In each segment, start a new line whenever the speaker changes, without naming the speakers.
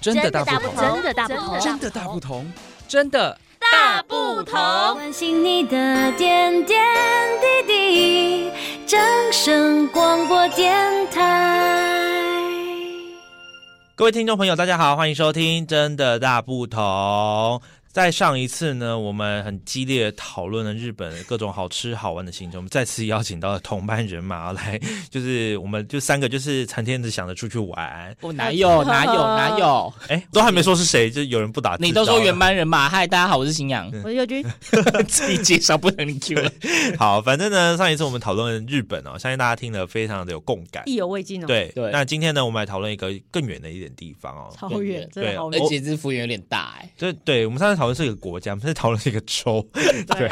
真的大不
不
同，
同
真的大不同，
真的大不同，真的
大不同。
关心你的点点滴滴，掌声广播电台。
各位听众朋友，大家好，欢迎收听《真的大不同》。在上一次呢，我们很激烈地讨论了日本各种好吃好玩的行程。我们再次邀请到了同班人马来，就是我们就三个，就是成天只想着出去玩。
我哦哪有哪有哪 有？
哎，都还没说是谁，就有人不打自招了。
你都说原班人马，嗨，大家好，我是新阳，
我是佑君，
自己介绍不能你 Q 了。
好，反正呢，上一次我们讨论日本哦，相信大家听了非常的有共感。
意犹未尽哦。，
对，
对
那今天呢，我们来讨论一个更远的一点地方哦。
超远，真
对
的好
而
远。
且这幅员有点大哎、
对对，我们上次讨论是一个国家，我们这次讨论是一个州。 对，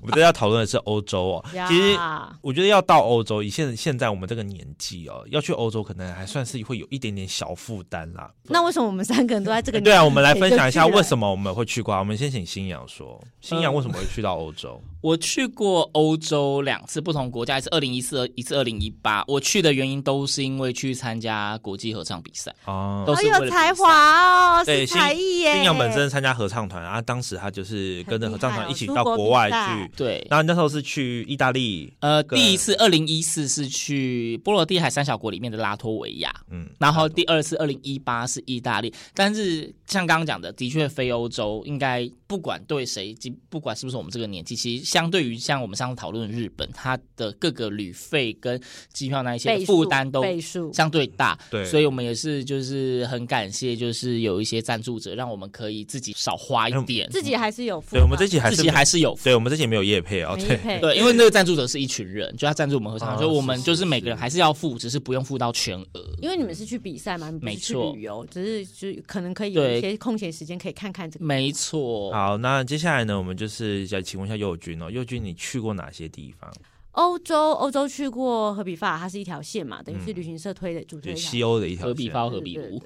我们这次要讨论的是欧洲哦。
呀
其实我觉得要到欧洲，以现现在我们这个年纪哦，要去欧洲可能还算是会有一点点小负担啦。
那为什么我们三个人都在这个？
对啊，我们来分享一下为
么。
什么我们会去过。我们先请新阳说，新阳为什么会去到欧洲？
我去过欧洲两次，不同国家，一次二零一四，一次二零一八。我去的原因都是因为去参加国际合唱比赛，
哦，
都
好
是为了
有哎才华哦，
对
嗯是才艺耶！
新阳本身参加合唱团啊，当时他就是跟着合唱团一起
很厉害
到
哦出国
国外
比赛
去。
对。
然后那时候是去意大利，
呃，
跟
第一次二零一四是去波罗的海三小国里面的拉脱维亚，
嗯，
然后第二次二零一八是意大利，但是像刚刚讲的，的确非欧洲应该不管对谁，即不管是不是我们这个年纪，其实相对于像我们上次讨论的日本，它的各个旅费跟机票那一些
倍数
负担都
倍数，
相对大，
对
所以我们也是就是很感谢，就是有一些赞助者，让我们可以自己少花一点，
自己还是有负
对，
担。
我们这哎期还
自
是
己还是有付
对我们这期没有夜配哦，
没
对。
配
对，因为那个赞助者是一群人，就他赞助我们合唱团，
啊
所以我们
是
就是
是
每个人还是要付，只是不用付到全额。
因为你们是去比赛嘛，你们不是去
没错
旅游，只是就可能可以有
对
一些空闲时间可以看看这个。
没错，
好，那接下来呢，我们就是想请问一下佑君哦，佑君你去过哪些地方？
欧洲，欧洲去过荷比法，它是一条线嘛，等于
嗯
是旅行社推的主推
就
的。
西欧的一条
和比
线
包和
对
比
对
乌。
对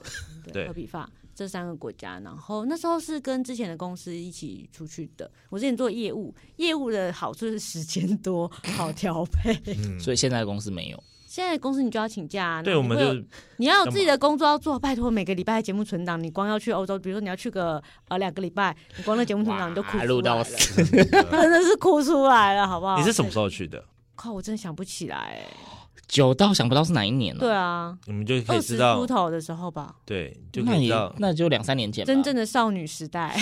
对
对，荷比法这三个国家。然后那时候是跟之前的公司一起出去的。我之前做业务，业务的好处是时间多，好调配。
所以现在公司没有。
现在公司你就要请假、啊，
嗯对，
然
我
后你
们
会有
就
你要有自己的工作要做，拜托每个礼拜的节目存档，你光要去欧洲，比如说你要去个呃两个礼拜，你光那节目存嗯档你都哭
哇
出
录
来
到
了，
死
真的是哭出来了，好不好？
你是什么时
候？
候去的？
靠，我真的想不起来、欸。
久到想不到是哪一年了。
对啊，
你们嗯就可以
二
知
十
道
出，头的时候吧，
对，就
那
可以知
也
道。
那就两三年前吧。
真正的少女时 代。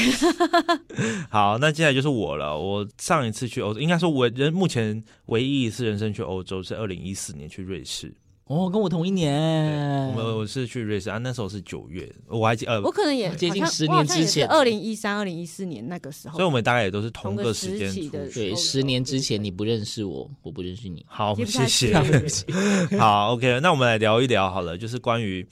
好，那接下来就是我了。我上一次去欧洲，应该说我人目前唯一一次人生去欧洲是二零一四年去瑞士。
哦，跟我同一
对
年
我。们我是去瑞士啊，那时候是九月，我还记呃，
嗯我可能也
我接近十年之前
二零一三、二零一四年那个时候
所以我。们大概也都是
同
同
个
个
时
时间
期
出
的
去。
对，十年之前你不认识我，我不认识你。
好，
接不
谢
下去
谢。
了
好，OK，那我们来聊一聊好了，就是关于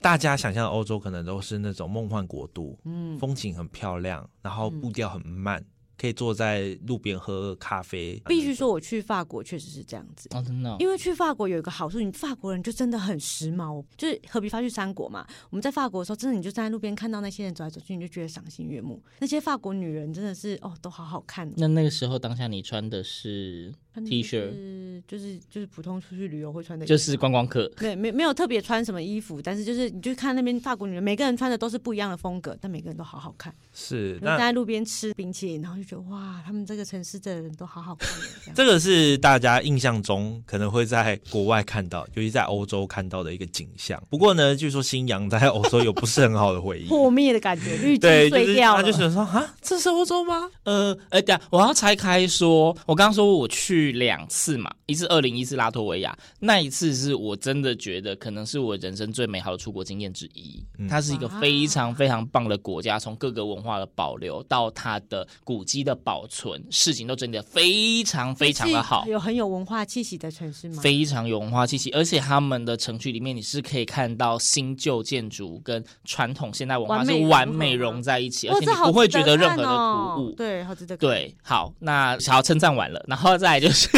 大家想象的欧洲可能都是那种梦幻国度，嗯，风景很漂亮，然后步调很慢，可以坐在路边喝咖啡。
嗯必须说，我去法国确实是这样子。
哦，真的哦。
因为去法国有一个好处，你法国人就真的很时髦，就是何必发去三国嘛？我们在法国的时候，真的你就站在路边看到那些人走来走去，你就觉得赏心悦目。那些法国女人真的是哦，都好好看、哦。
那那个时候当下你穿的是
穿的
T
就
恤，
是就是就是普通出去旅游会穿的衣服，
就是观光客。
没没没有特别穿什么衣服，但是就是你就看那边法国女人，每个人穿的都是不一样的风格，但每个人都好好看。
是
嗯然后站
那
在路边吃冰淇淋，然后就觉得哇，他们这个城市的人都好好看哦。这样
这个是大家印象中可能会在国外看到，尤其在欧洲看到的一个景象。不过呢，据说新阳在欧洲有不是很好的 回忆。
破灭的感觉，滤
对，
镜
就是
碎掉
他
了。
就是说啊，这是欧洲吗？
呃，呃，等一下我要拆开说，我刚刚说我去两次嘛，一次二零一次拉脱维亚，那一次是我真的觉得可能是我人生最美好的出国经验之一。它是一个非常非常棒的国家，从各个文化的保留到它的古迹的保存，事情都整理的非常非常的好
哎是。有很有文化气息的城市吗？
非常有文化气息，而且他们的城区里面，你是可以看到新旧建筑跟传统现代文化
完
是
美融合
完美融在一起，
哇
而且
这
你不
好
会
值
觉得任
看
何的
哦
突兀。
对，好值得看。
对，好，那小称赞完了，然后再来就是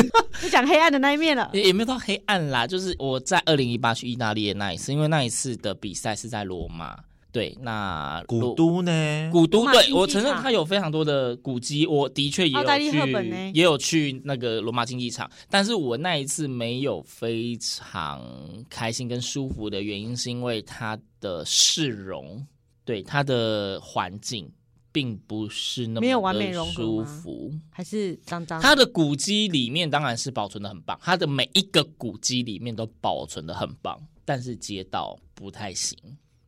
就讲黑暗的那一面了。
也也没有到黑暗啦，就是我在二零一八去意大利的那一次，因为那一次的比赛是在罗马，对，那
古
罗
都呢？
古都，
罗马竞技
对
场
我承认它有非常多的古迹，我的确也有
奥黛丽赫
去
本呢，
也有去那个罗马竞技场，但是我那一次没有非常开心跟舒服的原因，是因为它的市容对它的环境并不是那么
没有完美
的
融合
舒
吗
服。
还是脏脏？
它的古迹里面当然是保存的很棒，它的每一个古迹里面都保存的很棒，但是街道不太行。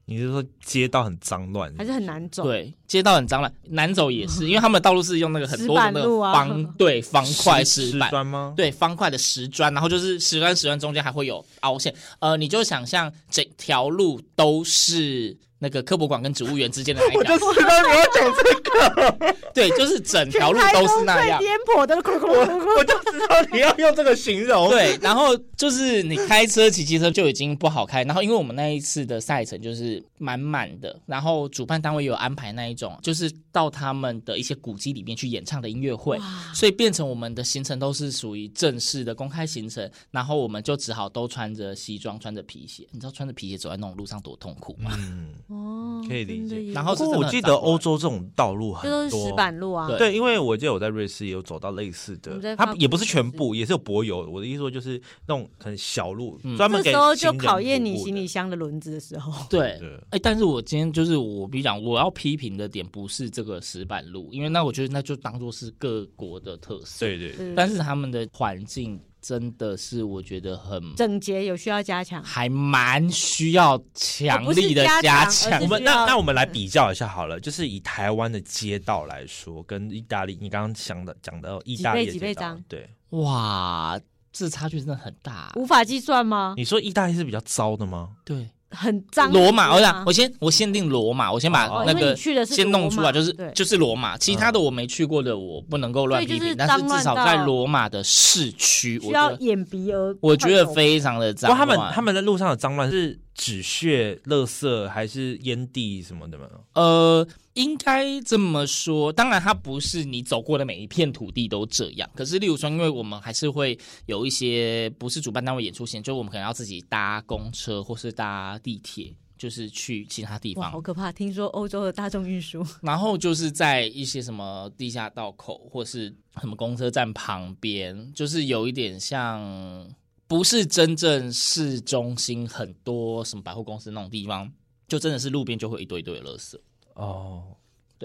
你是说街道很脏乱？
还是很难走。，嗯
对，街道很脏乱，难走也是，因为他们的道路是用那个很多的那
石板路
个
啊
方，对方块石
石
板，
砖吗？
对方块的石砖，然后就是石砖石砖中间还会有凹陷，呃，你就想象整条路都是那个科博馆跟植物园之间的那一 条，
知道你要讲这个，
对，就是整条路都是那样。
颠 簸的，咕噜咕噜咕噜 咕噜
我就知道你要用这个形容。
对，然后就是你开车、骑机车就已经不好开，然后因为我们那一次的赛程就是满满的，然后主办单位也有安排那一种，就是到他们的一些古迹里面去演唱的音乐会，所以变成我们的行程都是属于正式的公开行程，然后我们就只好都穿着西装、穿着皮鞋，你知道穿着皮鞋走在那种路上多痛苦吗？
嗯，
哦
可以
真
理解
的耶
然
不
后是
过
真的
我
很
记得
脏乱
欧洲这种道路
这
很
都是
多
石。板路啊，
对
对，因为我记得我在瑞士也有走到类似
我
的
们在，法
它
国
也不是全部，也是有柏油。我的意思说就是那种很小路，
嗯
专门
这
给
时候
行
就
人
考验你
服务的
行李箱的轮子的时候。
对
对，
哎、但是我今天就是我比讲，我要批评的点不是这个石板路，因为那我觉得那就当做是各国的特色。
对对，对
对
但是他们的环境真的是我觉得很
整洁有需要 加强，
还蛮需要强力的
哦不是加强而
强
是
我。们
需
那
要
那我们来比较一下好了，就是以台湾的街道来说，跟意大利，你刚刚想的讲的意大利的
几倍几倍
街道
脏，
对，
哇，这差距真的很大。
无法计算吗？
你说意大利是比较糟的吗？
对，
很脏。
罗马，我
对
想
吗
我先我限定罗马，我先把
哦
那
因为
个
你去的是
先弄出来，
罗马
就是
对嗯
就是罗马，其他的我没去过的我不能够乱批
所以就
评
是，
但是至
脏乱
少
到
在罗马的市区，我
需
觉
要
得
掩鼻而。
我觉得非常的
不
脏
过
乱。
他们他们在路上的脏乱是纸屑、垃圾还是烟蒂什么的吗？
呃，应该这么说。当然，它不是你走过的每一片土地都这样。可是，例如说，因为我们还是会有一些不是主办单位演出线，就我们可能要自己搭公车或是搭地铁。就是去其他地
哇，好
方，
可怕！听说欧洲的大众 运输，
然后就是在一些什么地下道口或是什么公车站旁边，就是有一点像不是真正市中心很多什么百货公司那种地方，就真的是路边就会一堆一堆的垃圾。
哦，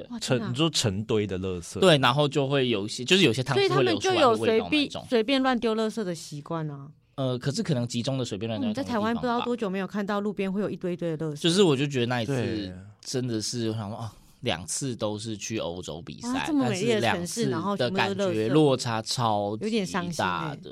哇，天
成
哪
你说成堆的垃圾，，
对，然后就会有一些，就是有些汤
所以
汁
他
会流
们
出
就
来
有
的味
随
道那一
便
种。
随便乱丢垃圾的习惯啊。
呃，可是可能集中的随便
我
乱
们
扔。
在台湾不知道，多久没有看到路边会有一堆一堆的垃圾，
就是我就觉得那一
对
次真的是我想说啊。两次都是去欧洲比
哇
赛，
啊这么
但
美
是
丽的
两
城市
次
然后
的
全部都
感
是垃
觉
圾
落差超
有点伤心
大
欸
的。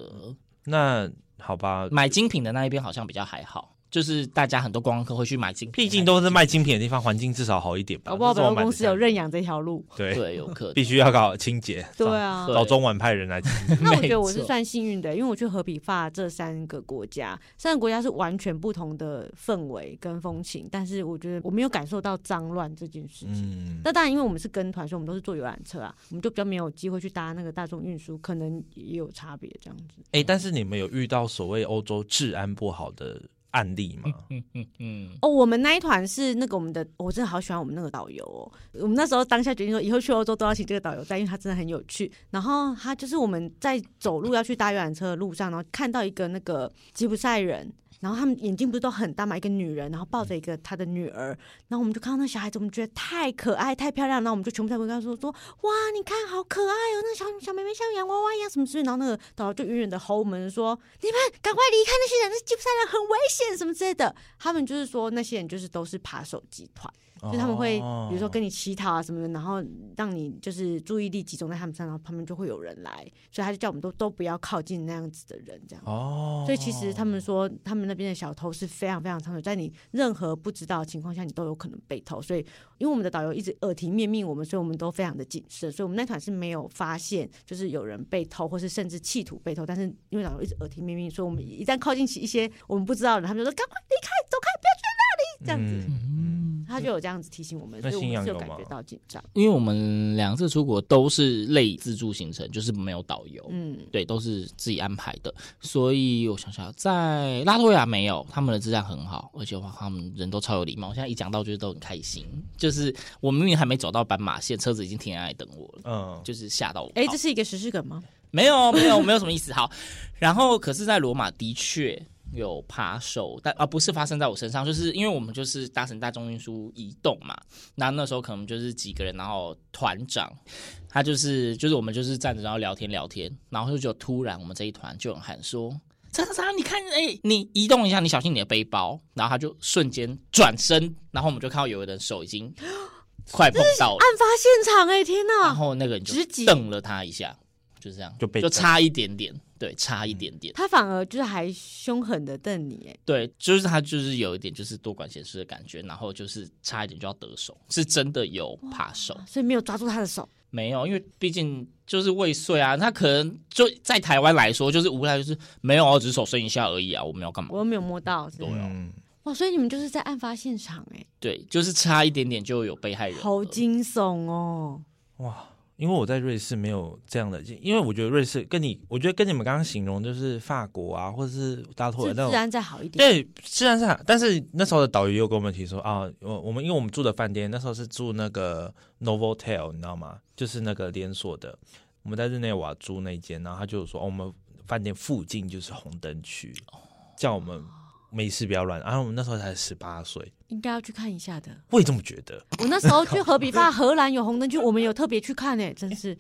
那好吧，
买精品的那一边好像比较还好，就是大家很多观光客会去买精品，
毕竟都是卖精品的地方，环境至少好一点吧。
搞不好
这
百
是我
货
买的
公司有
价格
认养这条 路。
对，
对有可能
必须要搞清洁，
对
找，
啊，
对
找中晚派人 来清洁。
那我觉得我
没
是
错
算幸运的，因为我去荷比法这三个国家，三个国家是完全不同的氛围跟风情，但是我觉得我没有感受到脏乱这件事情。
嗯，
那当然，因为我们是跟团，所以我们都是坐游览车啊，我们就比较没有机会去搭那个大众运输，可能也有差别这样子。
哎，但是你们有遇到所谓欧洲治安不好的案例吗？
嗯嗯嗯，
哦，我们那一团是那个我们的，我真的好喜欢我们那个导游哦。我们那时候当下决定说，以后去欧洲都要请这个导游带，因为他真的很有趣。然后他就是我们在走路要去搭游览车的路上，然后看到一个那个吉普赛人。然后他们眼睛不是都很大嘛，一个女人，然后抱着一个她的女儿，然后我们就看到那小孩子，我们觉得太可爱、太漂亮，然后我们就全部在围观说说，哇，你看好可爱哦，那个小小妹妹像洋娃娃一样什么之类的。然后那个导游就远远的吼我们说，你们赶快离开那些人，那吉普赛人很危险什么之类的。他们就是说那些人就是都是扒手集团，嗯就是他们会
哦
比如说跟你乞讨啊什么的，然后让你就是注意力集中在他们身上，然后他们就会有人来，所以他就叫我们都都不要靠近那样子的人这样。
哦，
所以其实他们说，他们那边的小偷是非常非常猖獗，在你任何不知道的情况下，你都有可能被偷。所以，因为我们的导游一直耳提面命我们，所以我们都非常的谨慎。所以我们那团是没有发现，就是有人被偷，或是甚至企图被偷。但是因为导游一直耳提面命，所以我们一旦靠近一些我们不知道的人，他们就说赶快离开，走开，不要去那里，这样子。
嗯，
他就有这样子提醒我们，
那
所以我
信
们
仰
是有
有
感
吗
觉到紧张。
因为我们两次出国都是类自助行程，就是没有导游，
嗯，
对，都是自己安排的，所以我想想，在拉脱维亚没有，他们的质量很好，而且哇，他们人都超有礼貌。我现在一讲到就是都很开心，就是我明明还没走到斑马线，车子已经停下来等我了，
嗯，
就是吓到我。
哎、这
好
是一个时事梗吗？
没有没有没有什么意思。好，然后可是，在罗马的确。有扒手，但啊不是发生在我身上，就是因为我们就是搭乘大众运输移动嘛，那那时候可能就是几个人，然后团长他就是就是我们就是站着然后聊天聊天，然后就突然我们这一团就有人喊说。叉叉叉，你看，哎、你移动一下，你小心你的背包。然后他就瞬间转身，然后我们就看到有人手已经快碰到了，
案发现场哎、天
然
哪！
后那个人就
直击
瞪了他一下，就是这样，
就被
就
瞪嗯
差一点点，对，差一点点，
他反而就是还凶狠的瞪你哎、
对，就是他就是有一点就是多管闲事的感觉，然后就是差一点就要得手，是真的有扒手，
所以没有抓住他的手。
没有，因为毕竟就是未遂啊，他可能就在台湾来说就是无赖，就是没有，哦只是手伸一下而已啊，我们要干嘛
我？又没有摸到，是不是
嗯，
哇！所以你们就是在案发现场哎、
对，就是差一点点就有被
哎
害人了，
好惊悚哦！
因为我在瑞士没有这样的经，因为我觉得瑞士跟你，我觉得跟你们刚刚形容就是法国啊，或者是大托
这
尔那
治
种。
安再好一点，
对，虽然是很，但是那时候的导游也有跟我们提说啊，我我们因为我们住的饭店那时候是住那个 Novotel，你知道吗？就是那个连锁的，我们在日内瓦住那间，然后他就说、哦我们饭店附近就是红灯区，
哦
叫我们没事不要乱。然、啊后我们那时候才十八岁，
应该要去看一下的。
我也这么觉得。
我那时候去荷比发，荷兰有红灯区，我们有特别去看哎、真是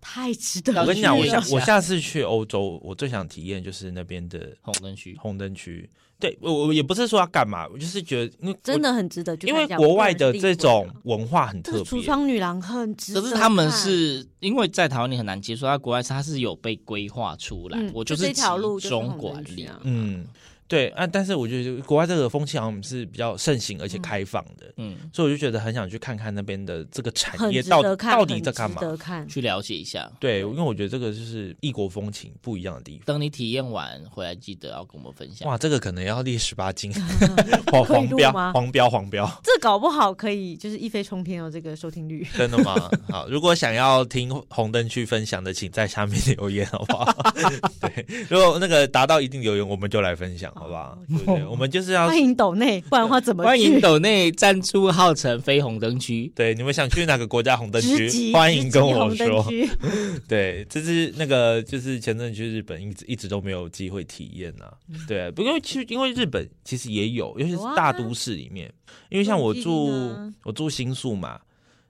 太值得了。
我跟你讲，我下
要
啊
去
我下次去欧洲，我最想体验就是那边的
红灯区，
红灯区。对我，我也不是说要干嘛，我就是觉得，因为
真，的很值得去
因
看
为
一下。
国
我个
外
人
的
是第
这
一回
种
啊
文化很
这
特
个
别
橱。窗女郎很值得
可
看。
是他们是因为在台湾你很难接受，他国外是它是有被规划出来，
嗯
我
就
就是
这条路
集
就是
中
红灯
管
区
理，
啊
嗯，对啊，但是我觉得国外这个风气好像是比较盛行而且开放的，
嗯，
所以我就觉得很想去看看那边的这个产
很
业
值
到
得
底
看，
到底
很
在干嘛
值。得看。
去了解一下。
对，因为我觉得这个就是异国风情不一样的地方。
等你体验完回来，记得要跟我们分 享。
哇，这个可能要列十八禁，黄
可以
黄
录
标，
吗
黄标，黄标。
这搞不好可以就是一飞冲天哦，这个收听率。
真的吗？好，如果想要听红灯区分享的，请在下面留言，好不好？ 对，如果那个达到一定留言，我们就来分享，好不好？对不对？我们就是要
哦欢迎抖内，不然的话怎么
欢迎
去
斗内赞助号称非红灯区，
对你们想去哪个国家红灯
直
区，
击
欢迎跟我
直击红灯
说。
区
对，这是那个就是前阵子去日本，一直一直都没有机会体验呐、对，啊不过其实因为日本其实也有，尤其是
嗯有啊
大都市里面，因为像我
东
住
京啊
我住新宿嘛，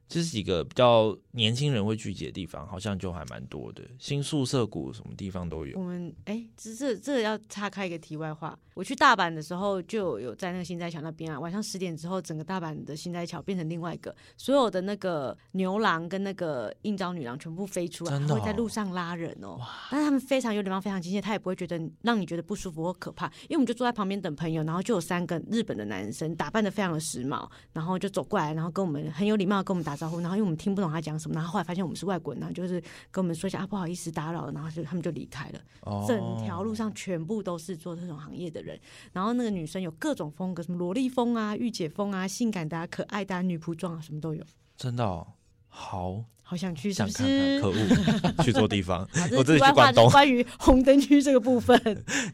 这是几个比较年轻人会聚集的地方，好像就还蛮多的，新宿、涩谷什么地方都 有
我。们哎，这这这要岔开一个题外话。我去大阪的时候，就有在那个新斋桥那边啊，晚上十点之后，整个大阪的新斋桥变成另外一个，所有的那个牛郎跟那个应招女郎全部飞出来，
真
还
的
会在
哦
路上拉人哦。但是他们非常有礼貌，非常亲切，他也不会觉得让你觉得不舒服或可怕，因为我们就坐在旁边等朋友，然后就有三个日本的男生打扮的非常的时髦，然后就走过来，然后跟我们很有礼貌地跟我们打招呼，然后因为我们听不懂他讲什么，然后后来发现我们是外国人，然后就是跟我们说一下啊不好意思打扰了，然后就他们就离开了。
哦
整条路上全部都是做这种行业的人。然后那个女生有各种风格，什么萝莉风啊、御姐风啊、性感的啊、可爱的啊、女仆装啊，什么都有。
真的哦，好
好想去，是
想
不
看看，
是？
可恶，去错地方
好，这是
我自
题
己去
外话，
关
就
东
是。关于 红灯区这个部 分，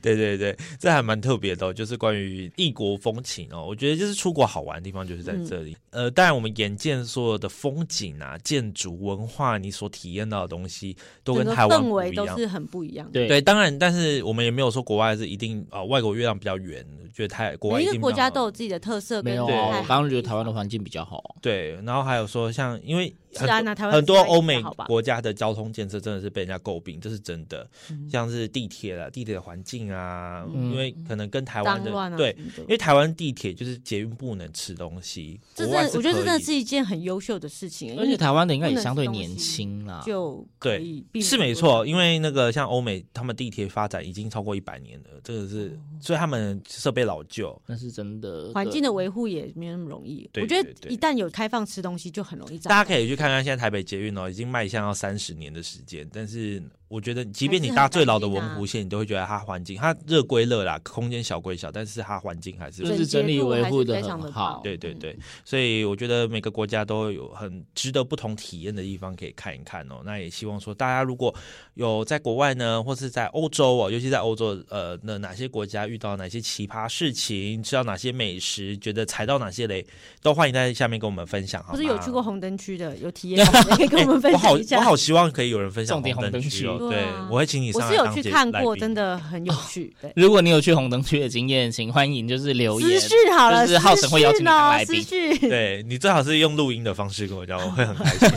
对对对，这还蛮特别的、哦，就是关于异国风情哦。我觉得就是出国好玩的地方就是在这里。
嗯
呃，当然我们眼见所有的风景啊、建筑文化，你所体验到的东西都
整
跟
个
台湾
氛
不一
围都
样。
是很不一样的。
对
对，当然，但是我们也没有说国外是一定啊、呃外国月亮比较圆，我觉得太国外
每
一
一个
定比
国
较
家
好
都有自己的特色跟
没有
不
啊，
太
我刚刚觉得台湾的环境比较好，
对。然后还有说像，因为
是啊，那台湾
很多
治安也
欧
比较
美
好吧？
国家的交通建设真的是被人家诟病，这是真的。
嗯
像是地铁啦，地铁的环境啊，
嗯
因为可能跟台湾
脏
的、
乱啊，
对，
什么
因
的。
为台湾地铁就是捷运不能吃东西，
这
国
真的，
外
我觉得这真的
可
是
以
一件很优秀的事情，
而
因
且
为
台湾的应该也
哎不能吃
相对
东西
年轻啦。
就可以避免
是没
不
错，
良
因为那个像欧美，他们地铁发展已经超过一百年了，这个是、
哦
所以他们设备老旧。
那是真的，
环境
对
的维护也没那么容易。
对
我觉
对
得
对
一旦有开放吃东西，就很容易长。
大家可以去看看，现在台北捷运哦，已经迈向要三十年的时间。但是我觉得，即便你搭最老的文湖线，你都会觉得它环境，它热归热啦，空间小归小，但是它环境还是
就
整
是整理
洁度
维
还
护
是
得
非
很
常的嗯
好
高
对对对，所以我觉得每个国家都有很值得不同体验的地方可以看一看哦。那也希望说大家如果有在国外呢，或是在欧洲哦，尤其在欧洲呃，那哪些国家遇到哪些奇葩事情，吃到哪些美食，觉得踩到哪些雷，都欢迎在下面跟我们分享，好吗？ 哎
不是有去过红灯区的，有体验过的，可以跟我们分
我好
享一，下。
我好希望可以有人分享
重点
灯
红灯
区哦
区，
对
啊，
我会请你上
我
来
是有
当
去
节
看
来
过，
宾
真的很有趣。 对，
如果你有去红灯区的经验，请欢迎就是留
私
言。
讯好了，
就是浩辰会邀请你当来宾
私讯哦私讯
对你最好是用录音的方式跟我讲，我会很开心。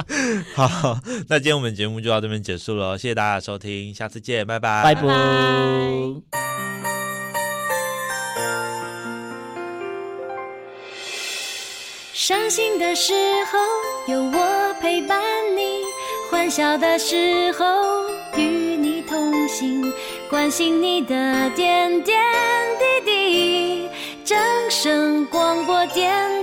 好，那今天我们节目就到这边结束了，谢谢大家的收听，下次见，拜拜，
拜拜。
拜
伤心的时候有我陪伴你，欢笑的时候与你同行，关心你的点点滴滴。掌声广播电